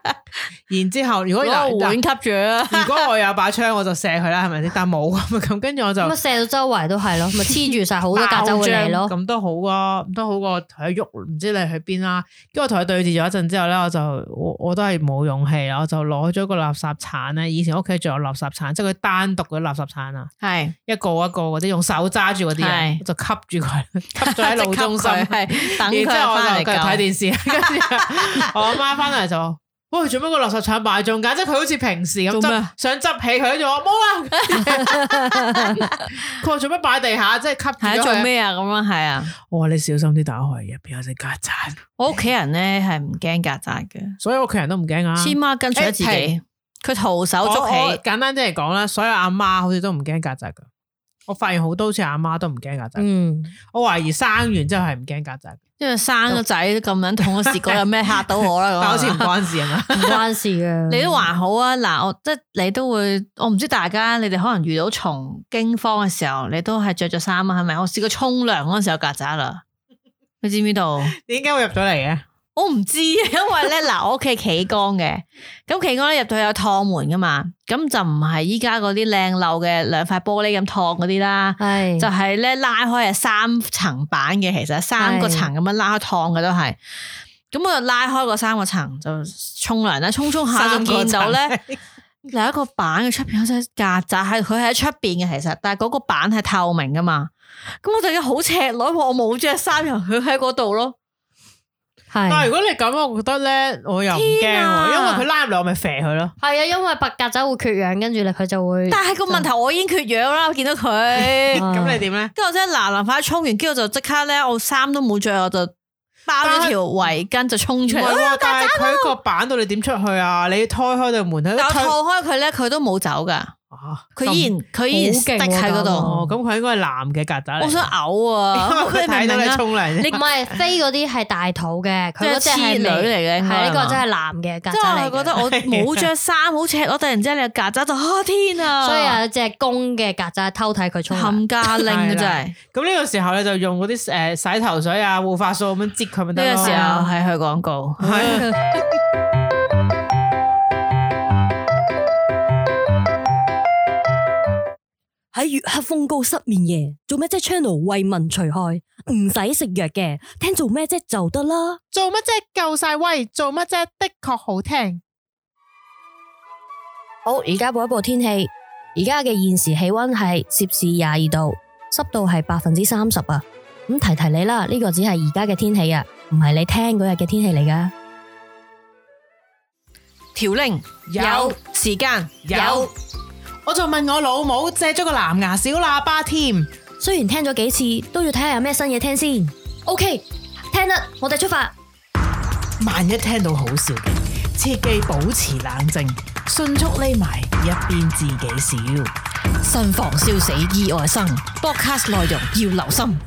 Speaker 2: 然之後，如果
Speaker 3: 攞個碗吸住啊！
Speaker 2: 如果我有把槍，我就射佢啦，係咪先？但冇啊嘛，咁跟住我就
Speaker 4: 咁啊射到周圍都 係咯，咪黐住晒好多曱甴會嚟
Speaker 2: 爆
Speaker 4: 咯。
Speaker 2: 漿咁都好啊，都好過同佢喐，唔知你去邊啦。跟住我同佢對峙咗一陣之後咧，我就我我都係冇勇氣啦，我就攞咗個垃圾鏟咧。以前屋企仲有垃圾鏟，即係佢單獨嘅垃圾鏟啊，
Speaker 3: 係
Speaker 2: 一個一個嗰啲用手揸住嗰啲啊
Speaker 3: 係，
Speaker 2: 我就吸住佢，吸 咗喺路中心。
Speaker 3: 係等佢
Speaker 2: 然之後我就
Speaker 3: 翻嚟
Speaker 2: 繼續睇
Speaker 3: 救。啊
Speaker 2: 電視，跟住我阿媽翻嚟就話：，喂，做乜個垃圾鏟擺中間？即係佢好似平時咁
Speaker 3: 做咩
Speaker 2: 執，想執起佢，跟住我冇啦。佢話做乜擺地下？即係吸住
Speaker 3: 係
Speaker 2: 咗
Speaker 3: 啊，做
Speaker 2: 佢？
Speaker 3: 咩啊？咁樣係啊！
Speaker 2: 我話你小心啲打開，入邊有隻曱甴，
Speaker 3: 我屋企人咧係唔驚曱甴嘅，
Speaker 2: 所有屋企人都唔驚啊。
Speaker 3: 黐孖跟住咗自
Speaker 2: 誒
Speaker 3: 己
Speaker 2: 停，
Speaker 3: 佢徒手捉
Speaker 2: 我我
Speaker 3: 起。
Speaker 2: 簡單啲嚟講啦，所有阿媽好似都唔驚曱甴噶。我發現好多好似阿媽都唔驚曱甴，
Speaker 4: 嗯，
Speaker 2: 我懷疑生完之後係唔驚曱甴，
Speaker 3: 因為生個仔咁樣痛，我試過有咩嚇到我 啦？咁
Speaker 2: 但
Speaker 3: 啊
Speaker 2: 好似唔關事啊 嘛。
Speaker 4: 唔關事嘅。
Speaker 3: 你都還好啊！嗱，我即係你都會，我唔知大家你哋可能遇到蟲驚慌嘅時候，你都係着咗衫啊，係咪？我試過沖涼嗰陣時候有曱甴啦，你知唔知道？
Speaker 2: 點解會入咗嚟嘅？
Speaker 3: 我唔知，啊因為咧 嗱，我屋企企缸嘅，咁企缸咧入到去有趟門噶嘛，咁就唔係依家嗰啲靚漏嘅兩塊玻璃咁趟嗰啲啦。
Speaker 4: 係
Speaker 2: 嗯
Speaker 3: 就係咧拉開係三層板嘅，其實三個層咁樣拉開燙嘅都係。咁我就拉開嗰三個層就沖涼啦，沖沖下就
Speaker 2: 三個
Speaker 3: 見到咧
Speaker 2: 層
Speaker 3: 有一個板嘅出邊有隻曱甴，係佢喺出邊嘅其實，但係嗰個板係透明噶嘛。咁我就已經好赤裸，因為我冇着衫，然後佢喺嗰度咯。
Speaker 4: 係
Speaker 2: 但系如果你咁，我覺得咧，我又唔驚
Speaker 3: 天啊
Speaker 2: 喎，因為佢拉入嚟，我咪射佢咯。
Speaker 4: 係啊，因為白曱甴會缺氧，跟住咧佢就會
Speaker 3: 但係個問題我已經缺氧啦，我見到 佢，
Speaker 4: 啊
Speaker 2: 咁你點咧？
Speaker 3: 跟住我真係嗱嗱快沖完，跟住我就即刻咧，我衫都冇着，我就包咗條圍巾就沖
Speaker 2: 唔
Speaker 3: 出
Speaker 2: 係
Speaker 3: 嚟。哎呀
Speaker 2: 喎，但係佢個板度你點出去啊？你要推開對門，佢
Speaker 3: 但我
Speaker 2: 推
Speaker 3: 套開佢咧，佢都冇走噶，
Speaker 2: 啊
Speaker 3: 佢依然佢依然
Speaker 4: 好
Speaker 3: 滴
Speaker 4: 勁喎
Speaker 3: 喺嗰
Speaker 4: 咁
Speaker 3: 度。
Speaker 2: 哦，咁佢應該係男嘅曱甴嚟。
Speaker 3: 我想嘔啊！
Speaker 2: 因為佢
Speaker 3: 你明
Speaker 2: 睇
Speaker 3: 唔
Speaker 2: 到
Speaker 3: 明
Speaker 2: 你
Speaker 3: 啊？
Speaker 2: 沖涼啫。
Speaker 4: 唔係飛嗰啲係大肚嘅，佢嗰只
Speaker 3: 即係
Speaker 4: 係
Speaker 3: 黐女嚟嘅
Speaker 4: 係呢
Speaker 3: 應該係嘛
Speaker 4: 個真係男嘅曱
Speaker 3: 即係
Speaker 4: 甴
Speaker 3: 我
Speaker 4: 嚟
Speaker 3: 係
Speaker 4: 嘅。
Speaker 3: 覺得我冇着衫，好赤裸，突然之間你有曱甴就啊天啊！
Speaker 4: 所以有隻公嘅曱甴偷睇佢沖涼，
Speaker 3: 冚家拎啊
Speaker 2: 係啦
Speaker 3: 真係。
Speaker 2: 咁呢個時候你就用嗰啲诶洗頭水啊、護髮素咁樣擠佢咪
Speaker 3: 呢
Speaker 2: 得
Speaker 3: 個
Speaker 2: 咯。
Speaker 3: 時候係去廣告，
Speaker 2: 係
Speaker 1: 喺月黑風高失眠夜，做咩啫？channel 為民除害，唔使食藥嘅，聽做咩啫就得啦。
Speaker 2: 做乜啫？夠晒威，做乜啫？的確好聽。
Speaker 4: 好，而家播一播天氣。而家嘅現時氣温係攝氏廿二度，濕度係百分之三十啊。咁提提你啦，呢、個只係而家嘅天氣啊，唔係你聽嗰日嘅天氣嚟噶。
Speaker 3: 條拎
Speaker 4: 有
Speaker 3: 時間
Speaker 4: 有，
Speaker 2: 我就問我老母借咗個藍牙小喇叭添。
Speaker 4: 雖然聽咗幾次，都要睇下有咩新嘢聽先。OK，聽得，我哋出發。
Speaker 2: 萬一聽到好笑嘅，切記保持冷靜，迅速匿埋一邊自己笑。
Speaker 3: 慎防燒死意外生，podcast 內容要 留心。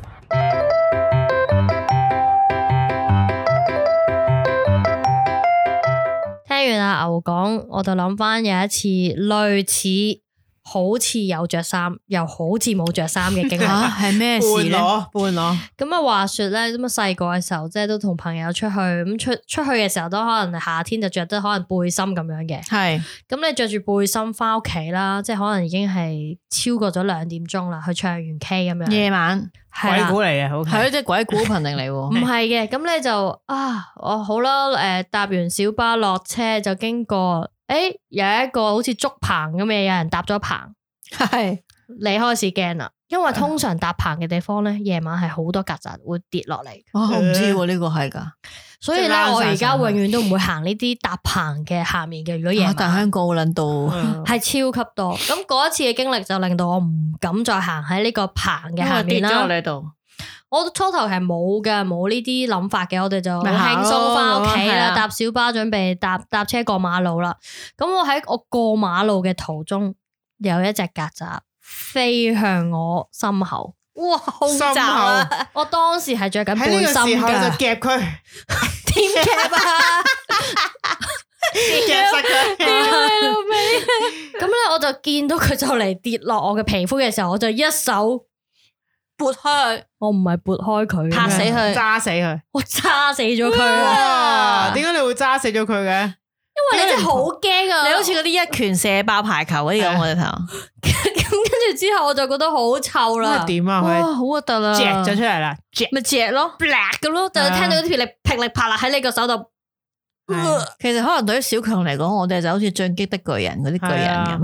Speaker 4: 聽完阿牛講，我就諗翻有一次類似好似有着衫，又好似冇着衫嘅經歷。
Speaker 3: 吓系啊咩事咧？
Speaker 2: 裸半裸，
Speaker 4: 咁啊，話說咧，咁啊細個嘅時候，即係都同朋友出去，咁出出去嘅時候都可能夏天就着得可能背心咁樣嘅。
Speaker 3: 系
Speaker 4: 咁你着住背心翻屋企啦，即係可能已經係超過咗兩點鐘啦，去唱完 K 咁樣，
Speaker 3: 夜晚，
Speaker 4: 係
Speaker 2: 鬼
Speaker 4: 啦
Speaker 2: 故。嚟嘅，好
Speaker 3: 系咯，即系鬼故頻定嚟
Speaker 4: 唔
Speaker 3: 喎。
Speaker 4: 係嘅，咁你就啊，我好啦，誒、搭完小巴落車就經過，誒、有一個好似竹棚咁嘅，有人搭咗棚，
Speaker 3: 系
Speaker 4: 你開始驚啦，因為通常搭棚嘅地方咧，夜晚係好多曱甴會跌落嚟，
Speaker 3: 哦我唔知喎，呢個係㗎。
Speaker 4: 所以
Speaker 2: 即
Speaker 4: 咧
Speaker 2: 係躝晒
Speaker 4: 我而家
Speaker 2: 上去
Speaker 4: 永遠都唔會行呢啲搭棚嘅下面嘅，如果夜
Speaker 3: 啊
Speaker 4: 晚
Speaker 3: 但香港好撚到，
Speaker 2: 哎嗯
Speaker 4: 係超級多，咁嗰一次嘅經歷就令到我唔敢再行喺呢個棚嘅下面啦。
Speaker 3: 你度。
Speaker 4: 我初頭係冇嘅，冇呢啲諗法嘅，我哋就好
Speaker 3: 咪行
Speaker 4: 輕
Speaker 3: 咯
Speaker 4: 鬆翻屋企
Speaker 3: 咁樣係
Speaker 4: 啦，
Speaker 3: 啊
Speaker 4: 搭小巴準備搭搭車過馬路啦。咁我喺我過馬路嘅途中，有一隻曱甴飛向我心口，哇！好啊
Speaker 2: 心口
Speaker 4: 我當時係着緊
Speaker 2: 喺
Speaker 4: 背
Speaker 2: 呢個時
Speaker 4: 心
Speaker 2: 候
Speaker 4: 㗎，
Speaker 2: 就夾 佢，
Speaker 4: 點夾啊？
Speaker 2: 夾實佢。
Speaker 4: 咁咧我就見到佢就嚟跌落我嘅皮膚嘅時候，我就一手撥開，我唔係撥開佢嘅，
Speaker 3: 拍死佢
Speaker 2: 嗯揸死佢。
Speaker 4: 我揸死咗佢啊！
Speaker 2: 哇！點解你會揸死咗佢
Speaker 3: 啊
Speaker 2: 嘅？
Speaker 4: 因為你真係好驚啊！
Speaker 3: 你好似嗰啲一拳射爆排球嗰啲咁，我哋朋友。
Speaker 4: 咁跟住之後我就覺得好臭啦
Speaker 2: 咁，點啊？佢
Speaker 3: 好核突啦
Speaker 2: 嚼咗出嚟啦，嚼
Speaker 3: 咪嚼咯。
Speaker 4: 咁咯，
Speaker 3: 啊
Speaker 4: 就聽到啲噼力噼力啪啦喺你個手 度，
Speaker 2: 係
Speaker 3: 其實可能對於小強嚟講，我哋就好似進擊的巨人嗰啲巨人咁。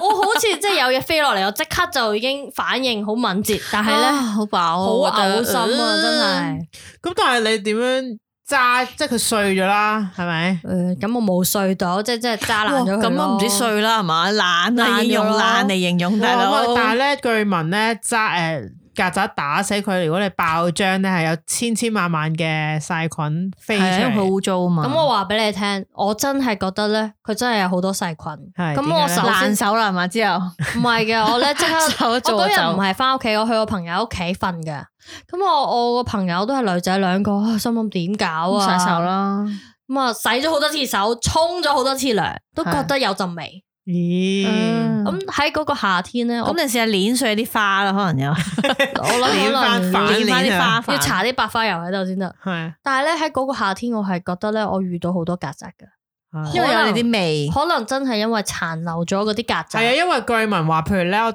Speaker 4: 我好似即係有嘢飛落嚟，我即刻就已經反應好敏捷，但係
Speaker 3: 啊
Speaker 4: 咧
Speaker 3: 好飽啊，
Speaker 4: 好
Speaker 3: 我覺
Speaker 4: 嘔
Speaker 3: 得
Speaker 4: 心啊，真
Speaker 2: 咁但係你點樣揸？即係佢碎咗啦，係咪？
Speaker 4: 係。誒，咁我冇碎到，即係即係揸爛咗佢
Speaker 3: 哇嗯咁都
Speaker 4: 咯
Speaker 3: 唔知碎啦，係嘛？爛
Speaker 4: 爛咗
Speaker 3: 啊，已經用
Speaker 4: 咯
Speaker 3: 爛嚟形容大
Speaker 2: 哇咁啊。
Speaker 3: 佬
Speaker 2: 但係咧，據聞咧揸诶曱甴打死佢，如果你爆漿咧，係有千千萬萬嘅細菌飛出
Speaker 3: 係因為佢
Speaker 2: 嚟。
Speaker 3: 污糟啊嘛。
Speaker 4: 咁我話俾你聽，我真係覺得咧，佢真係有好多細 菌。
Speaker 2: 係
Speaker 4: 咁我
Speaker 2: 點解
Speaker 4: 首先
Speaker 3: 爛啊手啊啦，係嘛？之後
Speaker 4: 唔係嘅，我咧即 刻
Speaker 3: 手做
Speaker 4: 我
Speaker 3: 啊
Speaker 4: 嗰日
Speaker 3: 就
Speaker 4: 唔係翻屋企，我去我朋友屋企瞓嘅。咁我我個朋友都係女仔兩個，啊心諗點搞啊？
Speaker 3: 洗手啦。
Speaker 4: 咁啊，洗咗好多次手，沖咗好多次涼，都覺得有陣味。
Speaker 2: 咦？
Speaker 3: 咁
Speaker 4: 咁喺嗰個夏天咧，我
Speaker 3: 嗯咁你試下碾碎啲花啦，可 能有。
Speaker 4: 我諗
Speaker 2: 捻
Speaker 4: 可能
Speaker 2: 翻反
Speaker 3: 練返
Speaker 2: 捻
Speaker 3: 啲花
Speaker 2: 啊，
Speaker 3: 瓣
Speaker 4: 要搽啲白花油喺度先得。
Speaker 2: 係
Speaker 4: 但係咧喺嗰個夏天，我係覺得咧，我遇到好多曱甴嘅，
Speaker 2: 係
Speaker 3: 因為有你啲味，
Speaker 4: 可能真係因為殘留咗嗰啲曱
Speaker 2: 係啊，
Speaker 4: 甴。
Speaker 2: 因為據聞話，譬如咧，我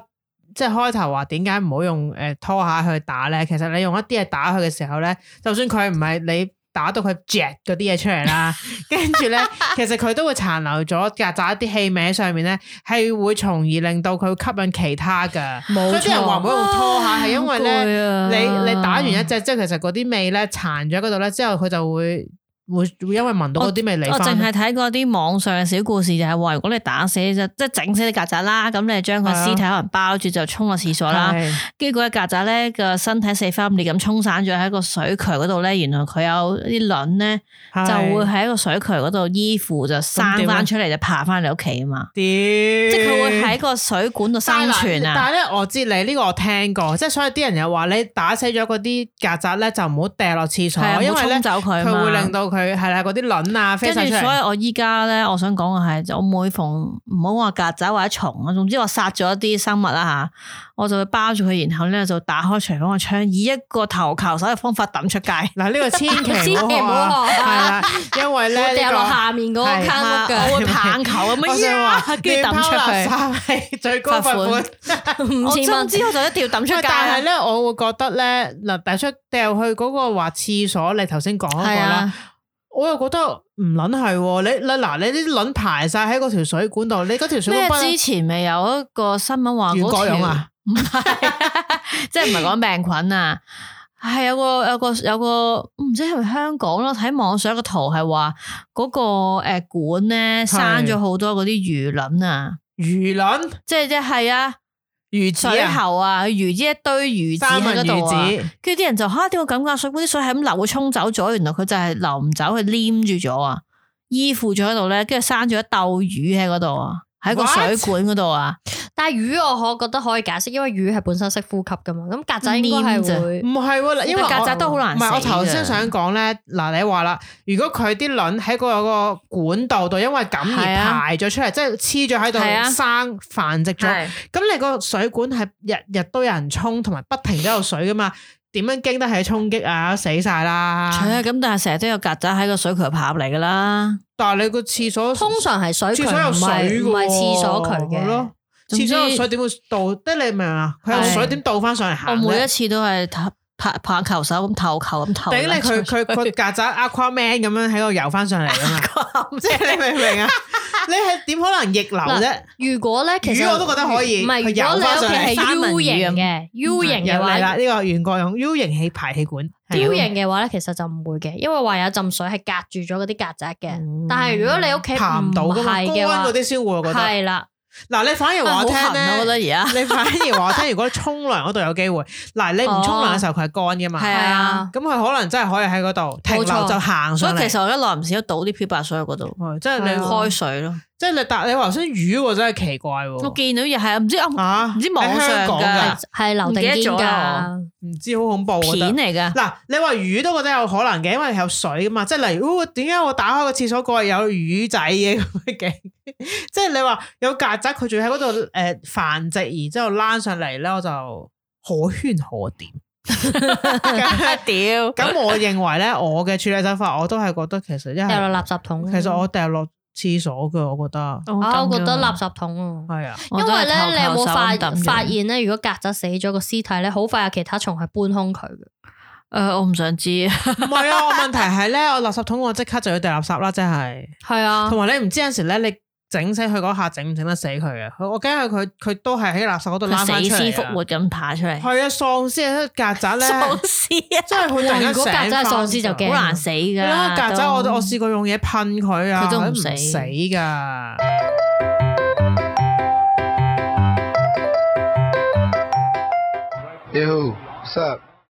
Speaker 2: 即係開頭話點解唔好用诶、呃拖鞋去打咧？其實你用一啲嘢打佢嘅時候咧，就算佢唔係你打到佢嚼嗰啲嘢出嚟 啦，跟住咧，其實佢都會殘留咗曱甴一啲氣味喺上面咧，係會從而令到佢吸引其他噶。
Speaker 4: 冇
Speaker 2: 所以啲人話唔
Speaker 4: 錯，
Speaker 2: 好用拖鞋，係因為咧，
Speaker 3: 咧
Speaker 2: 你你打完一隻之後，其實嗰啲味咧殘咗喺嗰度咧，之後佢就會會會因為聞到嗰啲味嚟
Speaker 3: 我
Speaker 2: 翻
Speaker 3: 淨。係睇過啲網上嘅小故事，就係話如果你打死隻即係整死啲曱甴啦，咁你將個
Speaker 2: 係啊
Speaker 3: 屍體可能包住就沖落廁所啦，
Speaker 2: 係
Speaker 3: 跟住嗰只曱甴咧個身體四分五裂咁沖散咗喺個水渠嗰度咧，原來佢有啲卵咧就會喺個水渠嗰度依附就生
Speaker 2: 咁點啊
Speaker 3: 翻出嚟就爬翻嚟屋企啊嘛，
Speaker 2: 即
Speaker 3: 即係佢會喺個水管度生存
Speaker 2: 但
Speaker 3: 啊，
Speaker 2: 係咧，我知你呢個我聽過，即係所以啲人又話你打死咗嗰啲曱甴咧，就唔好掉落廁所
Speaker 3: 係，啊，
Speaker 2: 因
Speaker 3: 冇
Speaker 2: 為咧
Speaker 3: 沖走佢啊嘛，
Speaker 2: 佢會令到佢係啦嗰啲卵啊飛
Speaker 3: 跟
Speaker 2: 晒出
Speaker 3: 住，所以
Speaker 2: 嚟。
Speaker 3: 我依家咧，我想講嘅係，我每逢唔好話曱甴或者蟲啊，總之我殺咗一啲生物啦吓，我就會包住佢，然後咧就打開廚房嘅窗，以一個投球手嘅方法抌出街。
Speaker 2: 嗱呢個千祈
Speaker 4: 千祈
Speaker 2: 唔
Speaker 4: 唔
Speaker 2: 好
Speaker 4: 好
Speaker 2: 學
Speaker 4: 學
Speaker 2: 啊，係啦，因為咧
Speaker 4: 我掉落
Speaker 2: 呢
Speaker 4: 下面嗰
Speaker 2: 係
Speaker 4: 個
Speaker 2: 慳
Speaker 4: 坑屋
Speaker 3: 啊
Speaker 4: 嘅
Speaker 3: 我會棒球啊咁
Speaker 2: 個我想
Speaker 3: 樣，
Speaker 2: 話
Speaker 3: 跟住抌出
Speaker 2: 亂拋垃
Speaker 3: 去。
Speaker 2: 圾係最高罰
Speaker 3: 罰款
Speaker 2: 款。
Speaker 3: 我
Speaker 4: 五千
Speaker 3: 總
Speaker 4: 蚊。
Speaker 3: 之我就一定要抌出街。
Speaker 2: 但係咧，我會覺得咧嗱，掉出掉去嗰個話廁所，你頭先講嗰個
Speaker 3: 係
Speaker 2: 啦
Speaker 3: 啊。，
Speaker 2: 我又覺得唔撚係喎，你你嗱你啲卵排晒喺嗰條水管度，你嗰條水
Speaker 3: 咩
Speaker 2: 管不
Speaker 3: 之前咪有一個新聞話
Speaker 2: 袁
Speaker 3: 嗰
Speaker 2: 國勇
Speaker 3: 條
Speaker 2: 啊，
Speaker 3: 唔係，即係唔係講病菌啊，係有個有個有個唔知係咪香港咯？睇網上一個圖係話嗰個誒管咧生咗好多嗰啲魚卵啊，
Speaker 2: 魚卵
Speaker 3: 即係即係啊
Speaker 2: 魚子
Speaker 3: 水
Speaker 2: 啊。
Speaker 3: 喉啊魚子一堆魚子
Speaker 2: 三文
Speaker 3: 喺嗰
Speaker 2: 魚
Speaker 3: 度啊，
Speaker 2: 子，
Speaker 3: 跟住啲人就嚇點解咁㗎？水管啲水係咁流沖走咗，原來佢就係流唔走，佢黏住咗啊，依附咗喺度咧，跟住生咗一竇魚喺嗰度啊。喺個水
Speaker 2: What？
Speaker 3: 管嗰度啊，
Speaker 4: 但系鱼我可覺得可以解釋，因為魚係本身識呼吸噶嘛，咁曱甴應該
Speaker 3: 黏
Speaker 4: 係
Speaker 3: 啫
Speaker 4: 會
Speaker 2: 唔係喎，因為我
Speaker 3: 曱甴都好難
Speaker 2: 唔係我
Speaker 3: 死啊
Speaker 2: 頭
Speaker 3: 㗎
Speaker 2: 先想講咧，嗱你話啦，如果佢啲卵喺個個管道度，因為感而
Speaker 3: 係啊
Speaker 2: 排咗出嚟，即係黐咗喺
Speaker 3: 係
Speaker 2: 度
Speaker 3: 啊
Speaker 2: 生繁殖咗。
Speaker 3: 係
Speaker 2: 咁你個水管係日日都有人沖，同埋不停都有水噶嘛，點樣經得起衝擊啊？死晒啦！
Speaker 3: 係啊，咁但係成日都有曱甴喺個水渠跑嚟噶啦。
Speaker 2: 但係你個廁所
Speaker 4: 通常係水渠，
Speaker 2: 廁
Speaker 4: 哎唔
Speaker 2: 所有
Speaker 4: 係
Speaker 2: 水
Speaker 4: 唔
Speaker 2: 㗎
Speaker 4: 係
Speaker 2: 喎
Speaker 4: 廁所渠
Speaker 2: 係
Speaker 4: 嘅
Speaker 2: 咯。。
Speaker 3: 總之
Speaker 2: 廁所有水點會倒？即係你明唔明啊？佢有
Speaker 3: 係
Speaker 2: 水點倒翻上嚟行
Speaker 3: 我
Speaker 2: 啫？
Speaker 3: 每一次都係拍拍拍球手咁投球咁投。
Speaker 2: 頂你佢佢佢曱甴 Aquaman 咁樣喺度游翻上嚟咁嘛，即係你明 唔明啊？你係點可能逆流啫？
Speaker 4: 如果咧，其實
Speaker 2: 魚我都覺得可以
Speaker 4: 唔係，
Speaker 2: 佢游
Speaker 4: 如果
Speaker 2: 返
Speaker 4: 你屋
Speaker 2: 上嚟
Speaker 4: 企係
Speaker 3: 三文
Speaker 4: U 型
Speaker 3: 魚咁
Speaker 4: 嘅 U 型嘅
Speaker 2: 又嚟啦，
Speaker 4: 話
Speaker 2: 呢個袁國勇 U 型氣排氣管
Speaker 4: ，U 型嘅話咧，其實就唔會嘅，因為話有浸水係隔住咗嗰啲曱甴嘅。
Speaker 3: 嗯
Speaker 4: 但係如果你屋企
Speaker 2: 爬唔嗯到噶嘛，
Speaker 4: 唔
Speaker 2: 乾
Speaker 4: 係嘅話
Speaker 2: 嗰啲先會我覺得。
Speaker 4: 係啦，
Speaker 2: 嗱，你反而話我聽
Speaker 3: 好痕啊我覺得
Speaker 2: 咧，
Speaker 3: 而家
Speaker 2: 你反而話我聽，如果沖涼嗰度有機會，嗱，你唔沖涼嘅時候佢係乾噶
Speaker 3: 係
Speaker 2: 嘛，
Speaker 3: 啊
Speaker 4: 哦啊，
Speaker 2: 咁佢可能真係可以喺嗰度停留
Speaker 4: 冇錯
Speaker 2: 就行
Speaker 3: 所
Speaker 2: 上
Speaker 3: 以
Speaker 2: 嚟。
Speaker 3: 其實我一耐唔少都倒啲漂白水喺嗰度
Speaker 2: 哦即係你
Speaker 4: 係啊
Speaker 3: 開水咯。
Speaker 2: 即係你但你話頭先魚喎，真係奇怪
Speaker 3: 我
Speaker 2: 喎。
Speaker 3: 見到又係唔知哦我
Speaker 2: 啊
Speaker 3: 唔知網
Speaker 2: 喺香
Speaker 3: 上
Speaker 2: 港
Speaker 3: 㗎
Speaker 2: 㗎
Speaker 4: 係劉定堅
Speaker 3: 唔記得咗啦
Speaker 4: 㗎，
Speaker 2: 唔知好恐怖，我覺得
Speaker 3: 片啊嚟㗎。
Speaker 2: 嗱，你話魚都覺得有可能嘅，因為有水噶嘛。即係例如，哦點解我打開個廁所過嚟有魚仔嘅咁樣嘅？ 即係你話有曱甴，佢仲要喺嗰度誒繁殖，然之後躝上嚟咧，我就可圈可點。
Speaker 3: 屌
Speaker 2: 咁 我認為咧，我嘅處理手法我都係覺得其實一
Speaker 4: 掉
Speaker 2: 係，
Speaker 4: 落垃圾桶。
Speaker 2: 其實我掉落廁所嘅，我覺得
Speaker 3: 哦
Speaker 4: 啊，我覺得垃圾桶啊。
Speaker 2: 係啊。
Speaker 4: 因為咧，你有冇發發
Speaker 3: 發
Speaker 4: 現咧？如果曱甴死咗個屍體咧，好快有其他蟲係搬空佢嘅。
Speaker 3: 誒，呃我唔想知。
Speaker 2: 唔係啊，我問題係咧，我垃圾桶我即刻就要掉垃圾啦，即係。
Speaker 4: 係啊
Speaker 2: 同，埋你唔知有陣時咧，你整死佢嗰下整唔整得死佢嘅？佢我驚佢佢佢都係喺垃圾嗰度
Speaker 3: 佢
Speaker 2: 拉
Speaker 3: 死
Speaker 2: 翻出
Speaker 3: 屍
Speaker 2: 嚟
Speaker 3: 復
Speaker 2: 啊。
Speaker 3: 活咁爬出嚟，
Speaker 2: 係啊，喪屍啊，曱甴 咧，
Speaker 3: 屍啊，
Speaker 2: 真係佢突然間
Speaker 4: 哇如果曱甴係喪屍就驚啊
Speaker 3: 好難死㗎。
Speaker 2: 係啦，曱甴我
Speaker 3: 都
Speaker 2: 我試過用嘢噴佢啊，
Speaker 3: 佢都唔
Speaker 2: 唔
Speaker 3: 死
Speaker 2: 死㗎。
Speaker 5: Yo, what's up?